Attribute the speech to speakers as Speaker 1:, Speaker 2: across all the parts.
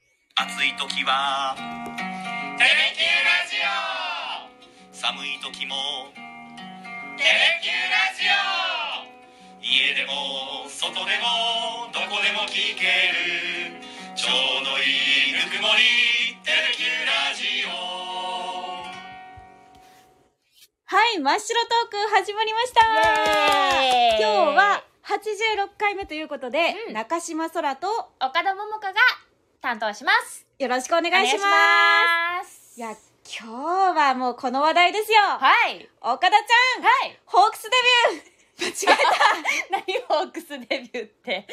Speaker 1: テレキューラ
Speaker 2: い時は
Speaker 1: ジオ
Speaker 2: 寒い時も
Speaker 1: テレキューラジオ
Speaker 2: 家でも外でもどこでも聞けるちょうどいいぬくもりテレキューラジオ
Speaker 3: はい、真っ白トーク始まりました
Speaker 4: イエーイ
Speaker 3: 今日は86回目ということで、
Speaker 4: うん
Speaker 3: 中島空と
Speaker 4: 岡田桃佳が担当します。
Speaker 3: よろしくお願いします。い
Speaker 4: 願いします
Speaker 3: や、今日はもうこの話題ですよ、
Speaker 4: はい。
Speaker 3: 岡田ちゃん、
Speaker 4: はい。
Speaker 3: ホークスデビュー間違えた
Speaker 4: 何ホークスデビューって。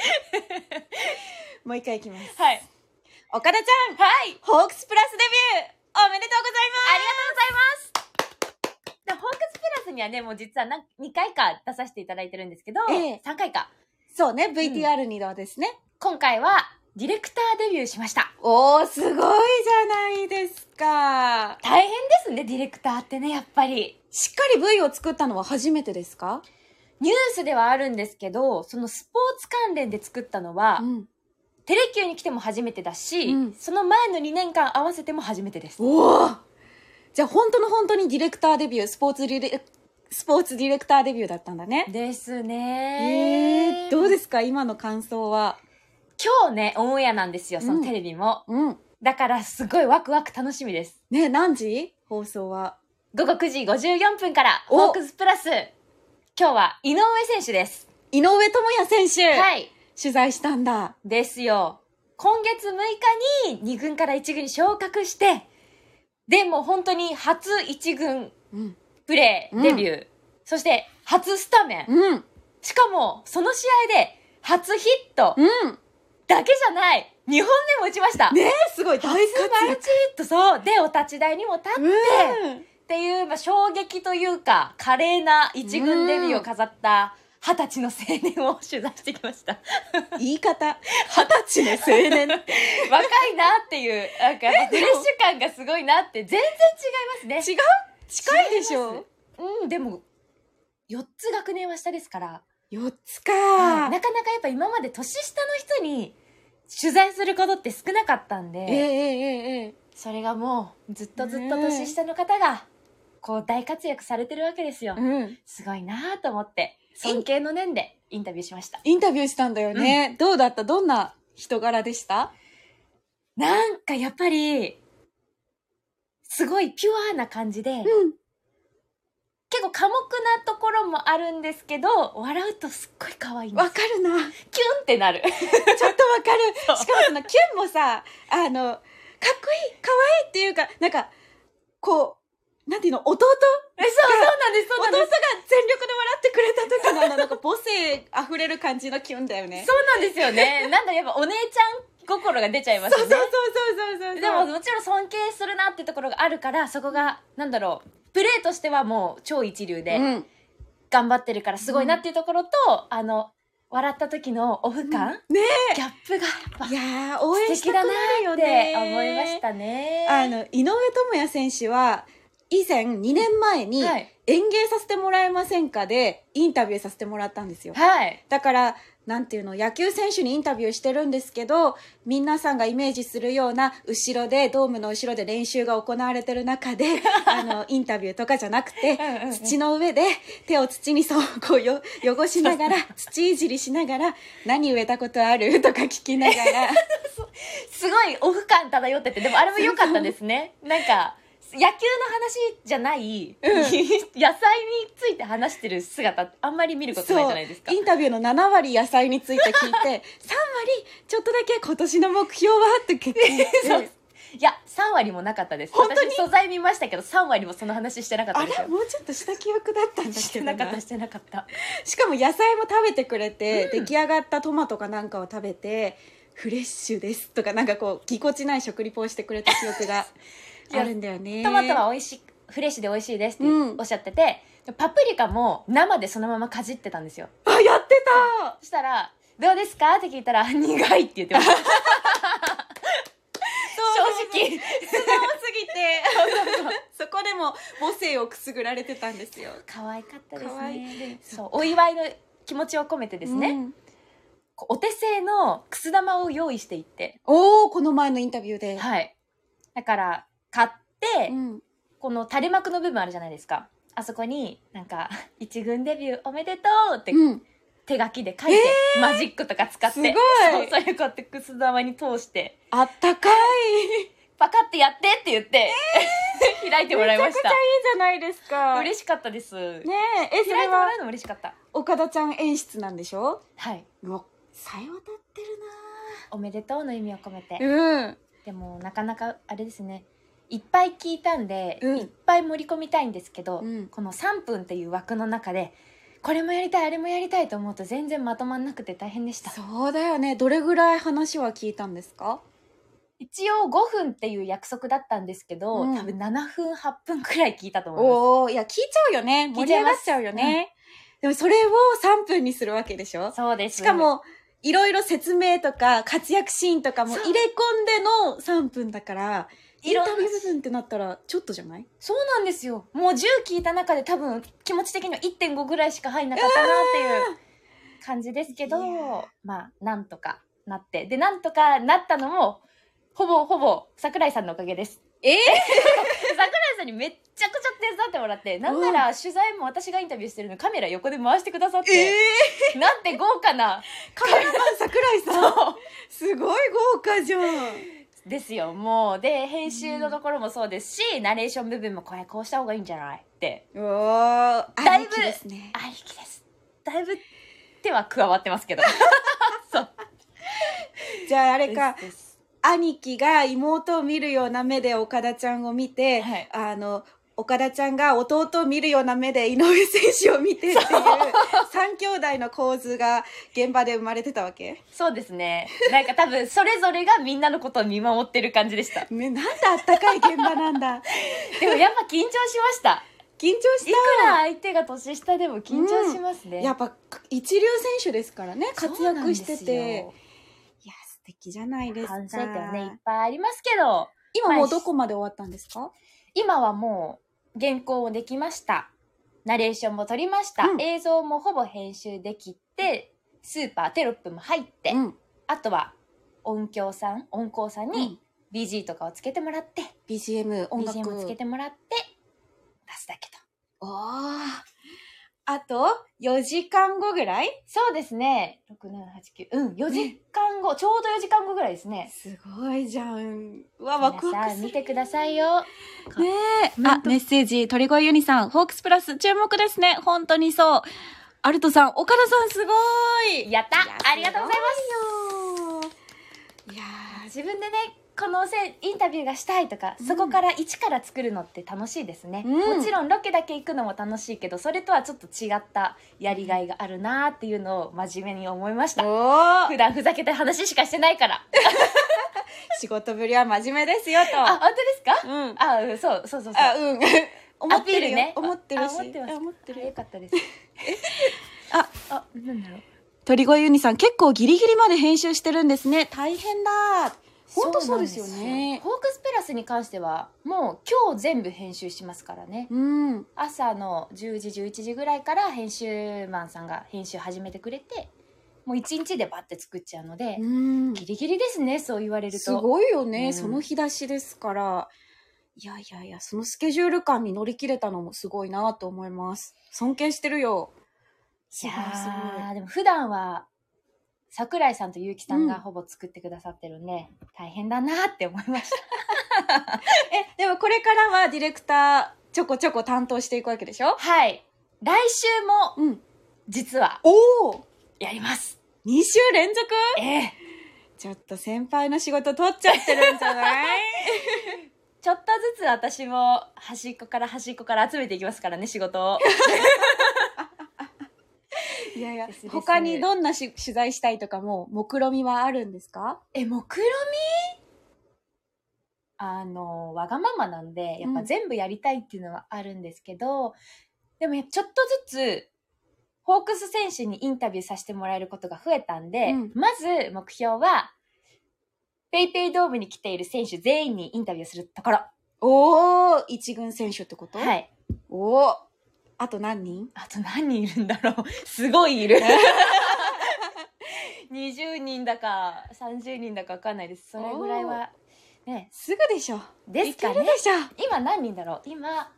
Speaker 3: もう一回いきます。
Speaker 4: はい。
Speaker 3: 岡田ちゃん、
Speaker 4: はい。ありがとう
Speaker 3: ホークスプラスデビューおめでとうございます
Speaker 4: ございます。でホークスプラスにはね、もう実はなん2回か出させていただいてるんですけど、
Speaker 3: ええ
Speaker 4: 3回か。
Speaker 3: そうね、VTR に度ですね。
Speaker 4: 今回はディレクターデビューしました。
Speaker 3: おー、すごいじゃないですか。
Speaker 4: 大変ですね、ディレクターってね、やっぱり。
Speaker 3: しっかり V を作ったのは初めてですか
Speaker 4: ニュースではあるんですけど、そのスポーツ関連で作ったのは、
Speaker 3: ん。
Speaker 4: テレキューに来ても初めてだし、
Speaker 3: うん
Speaker 4: その前の2年間合わせても初めてです。
Speaker 3: おおじゃあ本当の本当にディレクターデビュースポーツディレスポーツディレクターデビューだったんだね
Speaker 4: です
Speaker 3: え
Speaker 4: ね
Speaker 3: ー、どうですすか今の感想は
Speaker 4: 今日ね、オンエアなんですよ、そ
Speaker 3: うん
Speaker 4: のテレビも。
Speaker 3: うん
Speaker 4: だから、すごいワクワク楽しみです。
Speaker 3: ね何時放送は
Speaker 4: 午後9時54分から、
Speaker 3: お
Speaker 4: ホークスプラス。今日は、井上選手です。
Speaker 3: 井上智也選手、
Speaker 4: はい。
Speaker 3: 取材したんだ
Speaker 4: ですよ。今月6日に2軍から1軍に昇格して、でも本当に初1軍
Speaker 3: うん
Speaker 4: プレー、デビュー、そして初スタメン。
Speaker 3: うん
Speaker 4: しかも、その試合で、初ヒット
Speaker 3: うん
Speaker 4: だけじゃない、2本目も打ちました。
Speaker 3: ねえすごい大活
Speaker 4: マル
Speaker 3: 躍
Speaker 4: チヒット、そう。で、お立ち台にも立っ
Speaker 3: うん
Speaker 4: ていう、まあ、衝撃というか、華麗な一軍デビューを飾った、二十歳の青年を取材してきま した。
Speaker 3: 言い方二十歳の青年
Speaker 4: 若いなっていう、なんか、フレッシュ感がすごいなって、全然違いますね。
Speaker 3: 違う近いでしょ
Speaker 4: うん、でも、4つ学年は下ですから、
Speaker 3: 4つか、
Speaker 4: はいなかなかやっぱ今まで年下の人に取材することって少なかったんで、
Speaker 3: ええええええ
Speaker 4: それがもうずっとずっと年下の方がこう大活躍されてるわけですよ、
Speaker 3: うん
Speaker 4: すごいなと思って尊敬の念でインタビューしました
Speaker 3: インタビューしたんだよね、どうだったどんな人柄でした
Speaker 4: なんかやっぱりすごいピュアな感じで、
Speaker 3: うん
Speaker 4: 結構寡黙なところもあるんですけど笑うとすっごい可愛いんです
Speaker 3: わかるな。 ちょっ
Speaker 4: キュンってなる
Speaker 3: とわか
Speaker 4: そう
Speaker 3: る。しかもそのキュンもさ、あの、かっこいい、かわいいっていうか、なんか、こう、なんていうの、弟
Speaker 4: えそうそうなんですそう
Speaker 3: 弟
Speaker 4: な
Speaker 3: が
Speaker 4: んです
Speaker 3: 全力で笑ってくれた時のあの、なんか母性溢れる感じのキュンだよね。
Speaker 4: そうなんですよね。なんだやっぱお姉ちゃん心が出ちゃいますね。
Speaker 3: そうそうそうそうそうそう。
Speaker 4: でももちろん尊敬するなってところがあるから、そこが、なんだろう、プレーとしてはもう超一流で、
Speaker 3: うん、
Speaker 4: 頑張ってるからすごいなっていうところと、あの、笑った時のオフ感、
Speaker 3: ね
Speaker 4: ギャップがやっぱ
Speaker 3: え。いやー、応援
Speaker 4: 素
Speaker 3: した
Speaker 4: 敵
Speaker 3: くな
Speaker 4: だな
Speaker 3: るよ
Speaker 4: っ
Speaker 3: ね
Speaker 4: て。思いまし。たね。
Speaker 3: あの、井上智也選手は、以前2年前に
Speaker 4: はい
Speaker 3: 演芸させてもらえませんかでインタビューさせてもらったんですよ。
Speaker 4: はい。
Speaker 3: だから、なんていうの、野球選手にインタビューしてるんですけど、皆さんがイメージするような、後ろで、ドームの後ろで練習が行われてる中 で、あの、インタビューとかじゃなくて
Speaker 4: うんうんうん、
Speaker 3: 土の上で、手を土にそう、こうよ、汚しながら、土いじりしながら、何植えたことあるとか聞きながら、
Speaker 4: すごいオフ感漂ってて、でもあれも良かったですね。なんか、野球の話じゃない、野菜について話してる姿、あんまり見ることないじゃないですか。、
Speaker 3: インタビューの7割野菜について聞いて、3割、ちょっとだけ今年の目標はって聞いて
Speaker 4: そういや、3割もなかったです。
Speaker 3: 本当に
Speaker 4: 私、素材見ましたけど、3割もその話してなかった
Speaker 3: あ
Speaker 4: です
Speaker 3: れ
Speaker 4: よ。
Speaker 3: もうちょっとした記憶だったんだ
Speaker 4: し
Speaker 3: け
Speaker 4: て
Speaker 3: ど
Speaker 4: なかった、してなかった。
Speaker 3: しかも野菜も食べてくれて、出来上がったトマトかなんかを食べてフレッシュですとかなんかこうぎこちない食リポをしてくれた記憶が
Speaker 4: いや
Speaker 3: あるんだよね
Speaker 4: トマトは美味しい、フレッシュで美味しいですって
Speaker 3: うん
Speaker 4: おっしゃってて、パプリカも生でそのままかじってたんですよ。
Speaker 3: あやってた
Speaker 4: そしたら、どうですかって聞いたら、苦いって言ってました。
Speaker 3: 素
Speaker 4: 正直。
Speaker 3: 直すぎてそこでも母性をくすぐられてたんですよ
Speaker 4: 可愛かったです
Speaker 3: 可愛い
Speaker 4: ね。そう、お祝いの気持ちを込めてですね、
Speaker 3: うん
Speaker 4: こうお手製のくす玉を用意していって、
Speaker 3: おおこの前のインタビューで、
Speaker 4: はい。だから、買って、
Speaker 3: うん、
Speaker 4: この垂れ幕の部分あるじゃないですか。あそこに、なんか、 一軍デビューおめでとうって
Speaker 3: うん、
Speaker 4: 手書きで書いて、マジックとか使って、
Speaker 3: すごい
Speaker 4: そうそれこうやってくす玉に通して、
Speaker 3: あったかい
Speaker 4: パカってやってって言って、 開いてもらいました。
Speaker 3: じゃないですか
Speaker 4: 嬉しかったです。
Speaker 3: ねええそ
Speaker 4: 開
Speaker 3: れ
Speaker 4: いてもら
Speaker 3: は
Speaker 4: うのも嬉しかった。
Speaker 3: 岡田ちゃん演出なんでしょ
Speaker 4: はい。
Speaker 3: うわさえ渡ってる
Speaker 4: おめでとうの意味を込めて。
Speaker 3: なうん
Speaker 4: でも、なかなか、あれですね。いっぱい聞いたんで、
Speaker 3: うん
Speaker 4: いっぱい盛り込みたいんですけ
Speaker 3: う
Speaker 4: ど、
Speaker 3: ん
Speaker 4: この3分っていう枠の中で、これもやりたい、あれもやりたいと思うと全然まとまんなくて大変でした。
Speaker 3: そうだよねどれぐらい話は聞いたんですか
Speaker 4: 一応5分っていう約束だったんですけど、
Speaker 3: うん
Speaker 4: 多分7分、8分くらい聞いたと思います。
Speaker 3: おおいや聞いちゃうよね
Speaker 4: 聞
Speaker 3: 盛
Speaker 4: い
Speaker 3: り
Speaker 4: ちゃ
Speaker 3: 上
Speaker 4: い
Speaker 3: が
Speaker 4: ま
Speaker 3: っ
Speaker 4: す
Speaker 3: ちゃうよねでもそれを3分にするわけでしょ
Speaker 4: そうです。
Speaker 3: しか、もいろいろ説明とか活躍シーンとかも
Speaker 4: そう
Speaker 3: 入れ込んでの3分だからイ
Speaker 4: い
Speaker 3: ン
Speaker 4: ろん
Speaker 3: タ
Speaker 4: な
Speaker 3: ビュー部分ってなったらちょっとじゃない
Speaker 4: そうなんですよ。もう10聞いた中で多分気持ち的には1.5ぐらいしか入んなかったなっていう感じですけど
Speaker 3: いやー、
Speaker 4: まあ、なんとかなって。で、なんとかなったのも、ほぼほぼ桜井さんのおかげです。
Speaker 3: えー
Speaker 4: 桜井さんにめっちゃくちゃ手伝ってもらって、なんなら取材も私がインタビューしてるのにカメラ横で回してくださって、なんて豪華な、
Speaker 3: カメラマン 桜井さんすごい豪華じゃん
Speaker 4: ですよもうで編集のところもそうですし、ナレーション部分もこれこうした方がいいんじゃないって
Speaker 3: おー
Speaker 4: だいぶ
Speaker 3: 兄貴ですね
Speaker 4: ありきですだいぶ手は加わってま すけどそう
Speaker 3: じゃああれか
Speaker 4: ですです
Speaker 3: 兄貴が妹を見るような目で岡田ちゃんを見て、
Speaker 4: はい
Speaker 3: あの岡田ちゃんが弟を見るような目で井上選手を見てっていう三兄弟の構図が現場で生まれてたわけ
Speaker 4: そうですねなんか多分それぞれがみんなのことを見守ってる感じでした
Speaker 3: ねなんてあったかい現場なんだ
Speaker 4: でもやっぱ緊張しました
Speaker 3: 緊張 し
Speaker 4: いくら相手が年下でも緊張しますね、
Speaker 3: たやっぱ一流選手ですからね活
Speaker 4: そうなん
Speaker 3: 躍
Speaker 4: で
Speaker 3: して
Speaker 4: すよ
Speaker 3: ていや素敵じゃないですか
Speaker 4: 反省点はねいっぱいありますけど
Speaker 3: 今もうどこまで終わったんですか
Speaker 4: 今はもう原稿もできましたナレーションも撮りました、
Speaker 3: うん
Speaker 4: 映像もほぼ編集できてスーパーテロップも入って、
Speaker 3: うん
Speaker 4: あとは音響さん音工さん
Speaker 3: うん
Speaker 4: に BG とかをつけてもらって、
Speaker 3: BGM 音楽
Speaker 4: BGM つけてもらって出すだけと
Speaker 3: おーあと4時間後ぐらい
Speaker 4: そうですね6789うん4時間後、ちょうど4時間後ぐらいですね
Speaker 3: すごいじゃん。うわ、ワ
Speaker 4: 皆
Speaker 3: クワク
Speaker 4: さ
Speaker 3: す
Speaker 4: ん
Speaker 3: る。
Speaker 4: 見てくださいよ
Speaker 3: ねえ。あ、メッセージ、鳥越ユニさん、ホークスプラス、注目ですね。本当にそう。アルトさん、岡田さん、すごい。
Speaker 4: やったありがとうございます
Speaker 3: ます。いや
Speaker 4: 自分でねこのせインタビューがしたいとか、
Speaker 3: うん
Speaker 4: そこから一から作るのって楽しいですね、
Speaker 3: うん
Speaker 4: もちろんロケだけ行くのも楽しいけどそれとはちょっと違ったやりがいがあるなーっていうのを真面目に思いました
Speaker 3: ー
Speaker 4: 普段ふざけた話しかしてないから
Speaker 3: お仕事ぶりは真面目ですよ
Speaker 4: あ本当ですか
Speaker 3: と。うん。
Speaker 4: あうんそうそうそうそう
Speaker 3: あ、うん。 思ってる
Speaker 4: アピール
Speaker 3: よ
Speaker 4: ね
Speaker 3: 思ってるし。
Speaker 4: あ思ってます
Speaker 3: あ思って
Speaker 4: あよ
Speaker 3: る。
Speaker 4: かっ たです
Speaker 3: あ
Speaker 4: あなんだろう
Speaker 3: 鳥越ユニさん、結構ギリギリまで編集してるんですね。大変だ。本当そうですよ
Speaker 4: そうなんで
Speaker 3: ね
Speaker 4: す。よホークスプラスに関してはもう今日全部編集しますからね
Speaker 3: うん。
Speaker 4: 朝の10時11時ぐらいから編集マンさんが編集始めてくれてもう一日でバッて作っちゃうので、
Speaker 3: うん。
Speaker 4: ギリギリですねそう言われると
Speaker 3: すごいよね、
Speaker 4: うん
Speaker 3: その日出しですからいやいやいやそのスケジュール感に乗り切れたのもすごいなと思います尊敬してるよす
Speaker 4: い
Speaker 3: ごい
Speaker 4: や
Speaker 3: すご
Speaker 4: ーでも普段は桜井さんと結城さん
Speaker 3: う
Speaker 4: が
Speaker 3: ん
Speaker 4: ほぼ作ってくださってるんで、大変だなって思いました
Speaker 3: いえでもこれからはディレクターちょこちょこ担当していくわけでしょ
Speaker 4: はい来週も
Speaker 3: うん
Speaker 4: 実は
Speaker 3: おお
Speaker 4: やります
Speaker 3: 2週連続
Speaker 4: ええ
Speaker 3: ちょっと先輩の仕事取っちゃってるんじゃない
Speaker 4: ちょっとずつ私も端っこから端っこから集めていきますからね仕事を
Speaker 3: いやいや
Speaker 4: ですです
Speaker 3: 他にどんなし取材したいとかも目論みはあるんですか
Speaker 4: えもくろみあのわがままなんでやっぱ全部やりたいっていうのはあるんですけど、でもやっぱちょっとずつホークス選手にインタビューさせてもらえることが増えたんで、
Speaker 3: うん
Speaker 4: まず目標はペイペイドームに来ている選手全員にインタビューするところ
Speaker 3: おお一軍選手ってこと
Speaker 4: はいい
Speaker 3: おおあと何人
Speaker 4: あと何人いるんだろうすごいいる20 20人だか30人だか分かんないですそれぐらいはね
Speaker 3: すぐでしょ
Speaker 4: です
Speaker 3: い
Speaker 4: か
Speaker 3: け
Speaker 4: ね
Speaker 3: るでしょ
Speaker 4: 今何人だろう今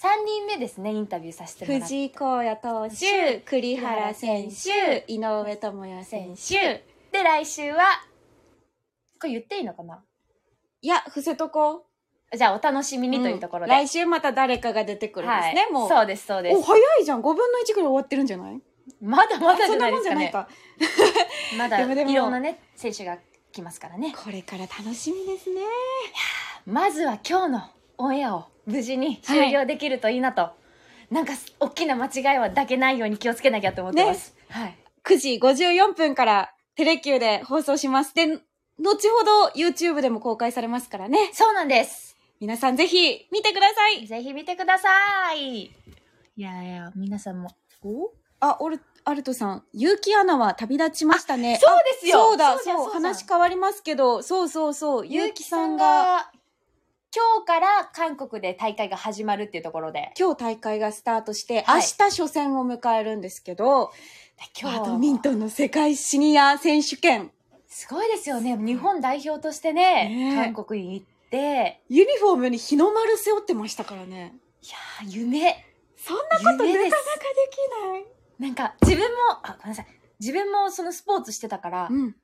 Speaker 4: 3人目ですねインタビューさせてもらって
Speaker 3: 藤井荒野投手栗原選手井上智也選手
Speaker 4: で来週はこれ言っていいのかない
Speaker 3: や伏せとこ
Speaker 4: じゃあお楽しみ
Speaker 3: う、
Speaker 4: にといううんところで、
Speaker 3: 来週また誰かが出てくるんですね、
Speaker 4: はい
Speaker 3: もう
Speaker 4: そうですそうで
Speaker 3: お
Speaker 4: す
Speaker 3: 早いじゃん5分の1ぐらい終わってるんじゃない
Speaker 4: まだまだじ
Speaker 3: そ
Speaker 4: ゃ
Speaker 3: んない
Speaker 4: なで
Speaker 3: もん
Speaker 4: す
Speaker 3: じゃ
Speaker 4: か
Speaker 3: ない
Speaker 4: ね
Speaker 3: か
Speaker 4: まだ
Speaker 3: でもでも
Speaker 4: いろんなね選手が来ますからね
Speaker 3: これから楽しみですね
Speaker 4: まずは今日のオンエアを無事に終了できるといいなと、なんか大きな間違いはだけないように気をつけなきゃと思ってます、はい
Speaker 3: 9時54分からテレキューで放送しますで後ほど YouTube でも公開されますからね
Speaker 4: そうなんです
Speaker 3: 皆さんぜひ見てください
Speaker 4: ぜひ見てくださいいやいや皆さんもお
Speaker 3: あ、オル、アルトさん、結城アナは旅立ちましたね。
Speaker 4: そうですよ
Speaker 3: あそうだ、
Speaker 4: そうじゃ
Speaker 3: そう
Speaker 4: そうじゃ
Speaker 3: 話変わりますけど、そうそうそう、結城さんが、
Speaker 4: が今日から韓国で大会が始まるっていうところで
Speaker 3: 今日大会がスタートして、
Speaker 4: はい
Speaker 3: 明日初戦を迎えるんですけど、
Speaker 4: 今日
Speaker 3: バ
Speaker 4: は
Speaker 3: ドミントンの世界シニア選手権、
Speaker 4: すごいですよね日本代表としてね
Speaker 3: ねえ
Speaker 4: 韓国に行っていや
Speaker 3: ユニフォームに日の丸背負ってましたからね。
Speaker 4: ー夢
Speaker 3: そんなことなかなかで
Speaker 4: 夢です
Speaker 3: き
Speaker 4: なんか自分もあごめんなさい自分もそのスポーツしてたから、
Speaker 3: ない。うん。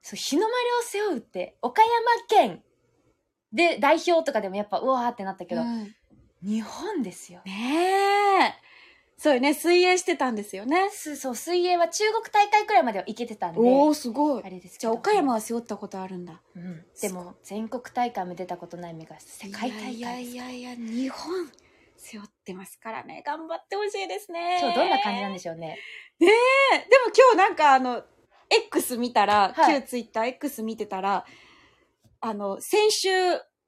Speaker 4: そう日の丸を背負うって岡山県で代表とかでもやっぱうわーってなったけど、
Speaker 3: うん
Speaker 4: 日本ですよ
Speaker 3: ねえ。そうよね、水泳してたんですよね。
Speaker 4: すそう水泳は中国大会くらいまでは行けてたんで
Speaker 3: おー、すごい
Speaker 4: あ。れですけ
Speaker 3: じゃあ、
Speaker 4: ど
Speaker 3: 岡山は背負ったことあるんだ。
Speaker 4: うん、でも全国大会も出たことない目が世界大会
Speaker 3: いやいやいやいや日本背負ってますからね頑張ってほしいですね
Speaker 4: 今日どんな感じなんでしょうね、
Speaker 3: ねでも今日なんかあの X 見たら、
Speaker 4: は
Speaker 3: 旧
Speaker 4: い
Speaker 3: ツイッター X 見てたらあの先週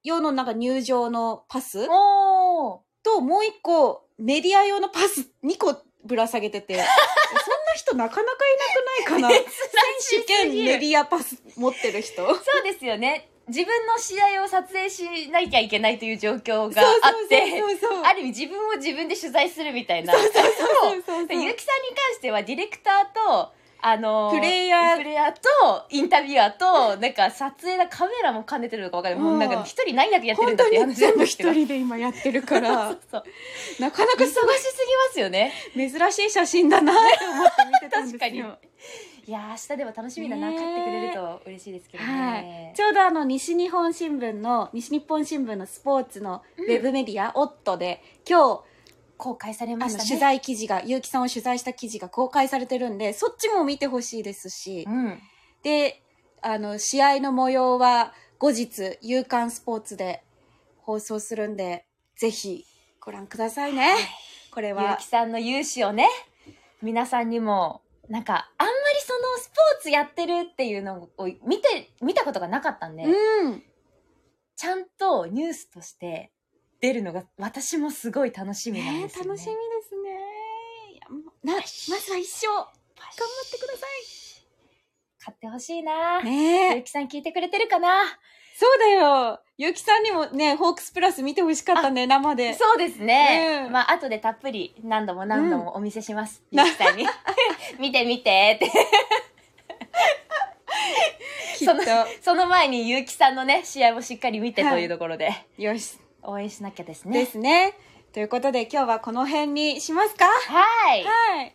Speaker 3: 用のなんか入場のパス
Speaker 4: おお
Speaker 3: ともう一個メディア用のパス2個ぶら下げ ててそんな人なかなかいなくないかな選手兼メディアパス持ってる人
Speaker 4: そうですよね自分の試合を撮影しなきゃいけないという状況が
Speaker 3: そう
Speaker 4: あって
Speaker 3: そうそうそう
Speaker 4: ある意味自分を自分で取材するみたいな
Speaker 3: そうそうそう
Speaker 4: でゆうきさんに関してはディレクターとあの
Speaker 3: プレイヤー
Speaker 4: プレイヤーとインタビュアーとなんか撮影だカメラも兼ねてるのか分かんないもうなん
Speaker 3: う
Speaker 4: か
Speaker 3: ん
Speaker 4: 一人何役やってる
Speaker 3: 本
Speaker 4: んだっ
Speaker 3: 当
Speaker 4: ていう
Speaker 3: に
Speaker 4: 話
Speaker 3: 全部
Speaker 4: なんです
Speaker 3: 一
Speaker 4: けど
Speaker 3: 人で今やってるから
Speaker 4: そうそう
Speaker 3: なかな
Speaker 4: 忙
Speaker 3: か
Speaker 4: しすぎますよね
Speaker 3: 珍しい写真だなって思って見てたんですよ
Speaker 4: 確かにいやー明日でも楽しみだな、
Speaker 3: ねー
Speaker 4: 勝ってくれると嬉しいですけど
Speaker 3: は
Speaker 4: ね
Speaker 3: い、ちょうどあの西日本新聞の西日本新聞のスポーツのウェブメディア、オットで今
Speaker 4: 公開され
Speaker 3: 日あ
Speaker 4: ま
Speaker 3: の
Speaker 4: したね
Speaker 3: 取材記事が結城さんを取材した記事が公開されてるんでそっちも見てほしいですし、
Speaker 4: うん
Speaker 3: であの試合の模様は後日夕刊スポーツで放送するんでぜひご覧くださいね、これ
Speaker 4: ゆう
Speaker 3: は
Speaker 4: きさんの勇姿をね皆さんにもなんかあんまりそのスポーツやってるっていうのを見て見たことがなかったんで、
Speaker 3: うん
Speaker 4: ちゃんとニュースとして出るのが私もすごい楽しみなん
Speaker 3: ね
Speaker 4: ですよ、ね
Speaker 3: 楽しみですねいやもうなまずは一生頑張ってくださ
Speaker 4: 買ってほしいな、
Speaker 3: いね
Speaker 4: ゆうきさん聞いてくれてるかな
Speaker 3: そうだよ。ゆきさんにもね、ホークスプラス見てほしかったね、生で。
Speaker 4: そうですね、
Speaker 3: うん
Speaker 4: まあ後でたっぷり何度も何度もお見せします、ゆうき さんに見て見てって
Speaker 3: きっと。
Speaker 4: その前に結城さんのね試合もしっかり見てというところで、
Speaker 3: よし。
Speaker 4: 応援しなきゃです
Speaker 3: で
Speaker 4: ね。
Speaker 3: すね。ということで今日はこの辺にしますか
Speaker 4: はい。
Speaker 3: はい。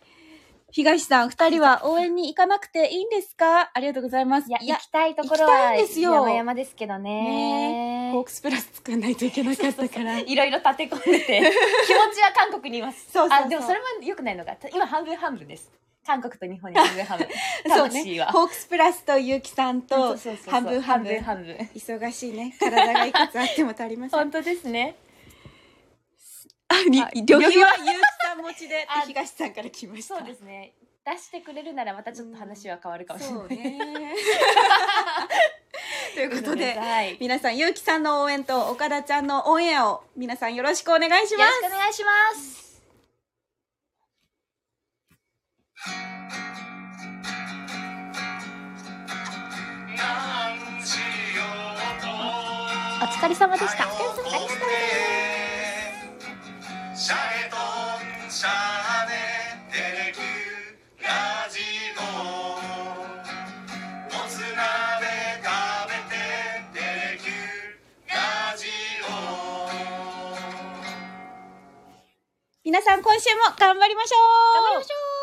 Speaker 3: 東さん、二人は応援に行かなくていいんですかありがとうございます。
Speaker 4: いや行きたいとこ
Speaker 3: 行
Speaker 4: ろ
Speaker 3: きた
Speaker 4: はい
Speaker 3: んですよ
Speaker 4: 山々ですけどね。
Speaker 3: ホークスプラス作んないといけなかった から。
Speaker 4: いろいろ立て込んでて 気持ちは韓国にいます。
Speaker 3: そうそうそう
Speaker 4: あでもそれも良くないのが今半分半分です。韓国と日本に半分半分。
Speaker 3: そう
Speaker 4: 魂
Speaker 3: ね。
Speaker 4: は。
Speaker 3: ホークスプラスとゆきさん
Speaker 4: そ
Speaker 3: と
Speaker 4: うそうそうそう
Speaker 3: 半分半分。
Speaker 4: 半分半分。
Speaker 3: 忙しいね。体がいく つあっても足りません。
Speaker 4: 本当ですね。
Speaker 3: あ、り
Speaker 4: はい
Speaker 3: 旅費はゆきさん持ち で
Speaker 4: あ、
Speaker 3: 東さんから来ました。
Speaker 4: そうですね。出してくれるならまたちょっと話は変わるかもしれない。
Speaker 3: そう ね。ということで、
Speaker 4: はい。よ
Speaker 3: 皆さん、ゆうきさんの応援と岡田ちゃんのオンエアを皆さんよろしくお願いし
Speaker 4: ろ
Speaker 3: ま
Speaker 4: しくお願いします。
Speaker 2: なんしようと
Speaker 4: お疲れ様でした。
Speaker 2: シャレとんシャレテレキュラジオ
Speaker 5: 皆さん今週も頑張りましょう
Speaker 3: 頑張りましょう